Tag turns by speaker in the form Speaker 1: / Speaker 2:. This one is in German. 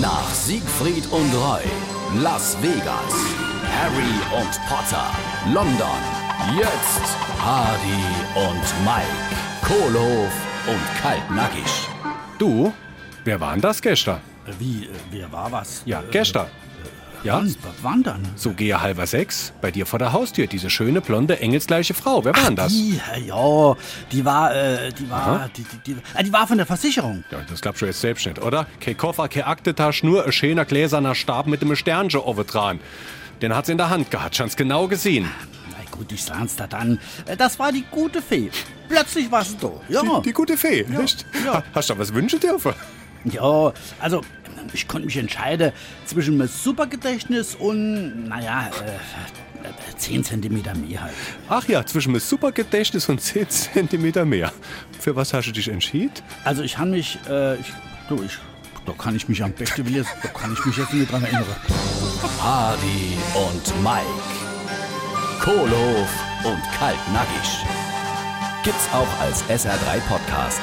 Speaker 1: Nach Siegfried und Roy, Las Vegas, Harry und Potter, London, jetzt Hardy und Mike, Kohlhof und Kaltnackig.
Speaker 2: Du, wer war denn das gestern?
Speaker 3: Äh, Wie, äh, wer war was?
Speaker 2: Ja,
Speaker 3: Äh,
Speaker 2: gestern. Ja,
Speaker 3: Wann, wann dann?
Speaker 2: so gehe halber sechs, bei dir vor der Haustür, diese schöne, blonde, engelsgleiche Frau. Wer war denn das?
Speaker 3: Die, äh, ja, die war, äh, die war, die, die, die, ah, die war von der Versicherung.
Speaker 2: Ja, das glaubst du jetzt selbst nicht, oder? Kein Koffer, keine Aktetasch, nur ein schöner gläserner Stab mit einem Sternchen oben dran. Den hat's in der Hand gehabt, schan's genau gesehen.
Speaker 3: Na gut, ich sah's da dann. Äh, Das war die gute Fee. Plötzlich war sie da. Ja,
Speaker 2: gute Fee, ja. nicht?
Speaker 3: Ja.
Speaker 2: Hast du da was wünschen dürfen?
Speaker 3: ja, also ich konnte mich entscheiden zwischen einem Supergedächtnis und, naja, äh, äh, 10 Zentimeter mehr halt.
Speaker 2: Ach ja, zwischen einem Supergedächtnis und 10 cm mehr. Für was hast du dich entschieden?
Speaker 3: Also ich habe mich, äh, ich, du, ich, da kann ich mich am besten, will jetzt- da kann ich mich jetzt nicht dran erinnern.
Speaker 1: Hardy und Mike, Kohlhof und Kaltnackig. Gibt's auch als SR3 Podcast.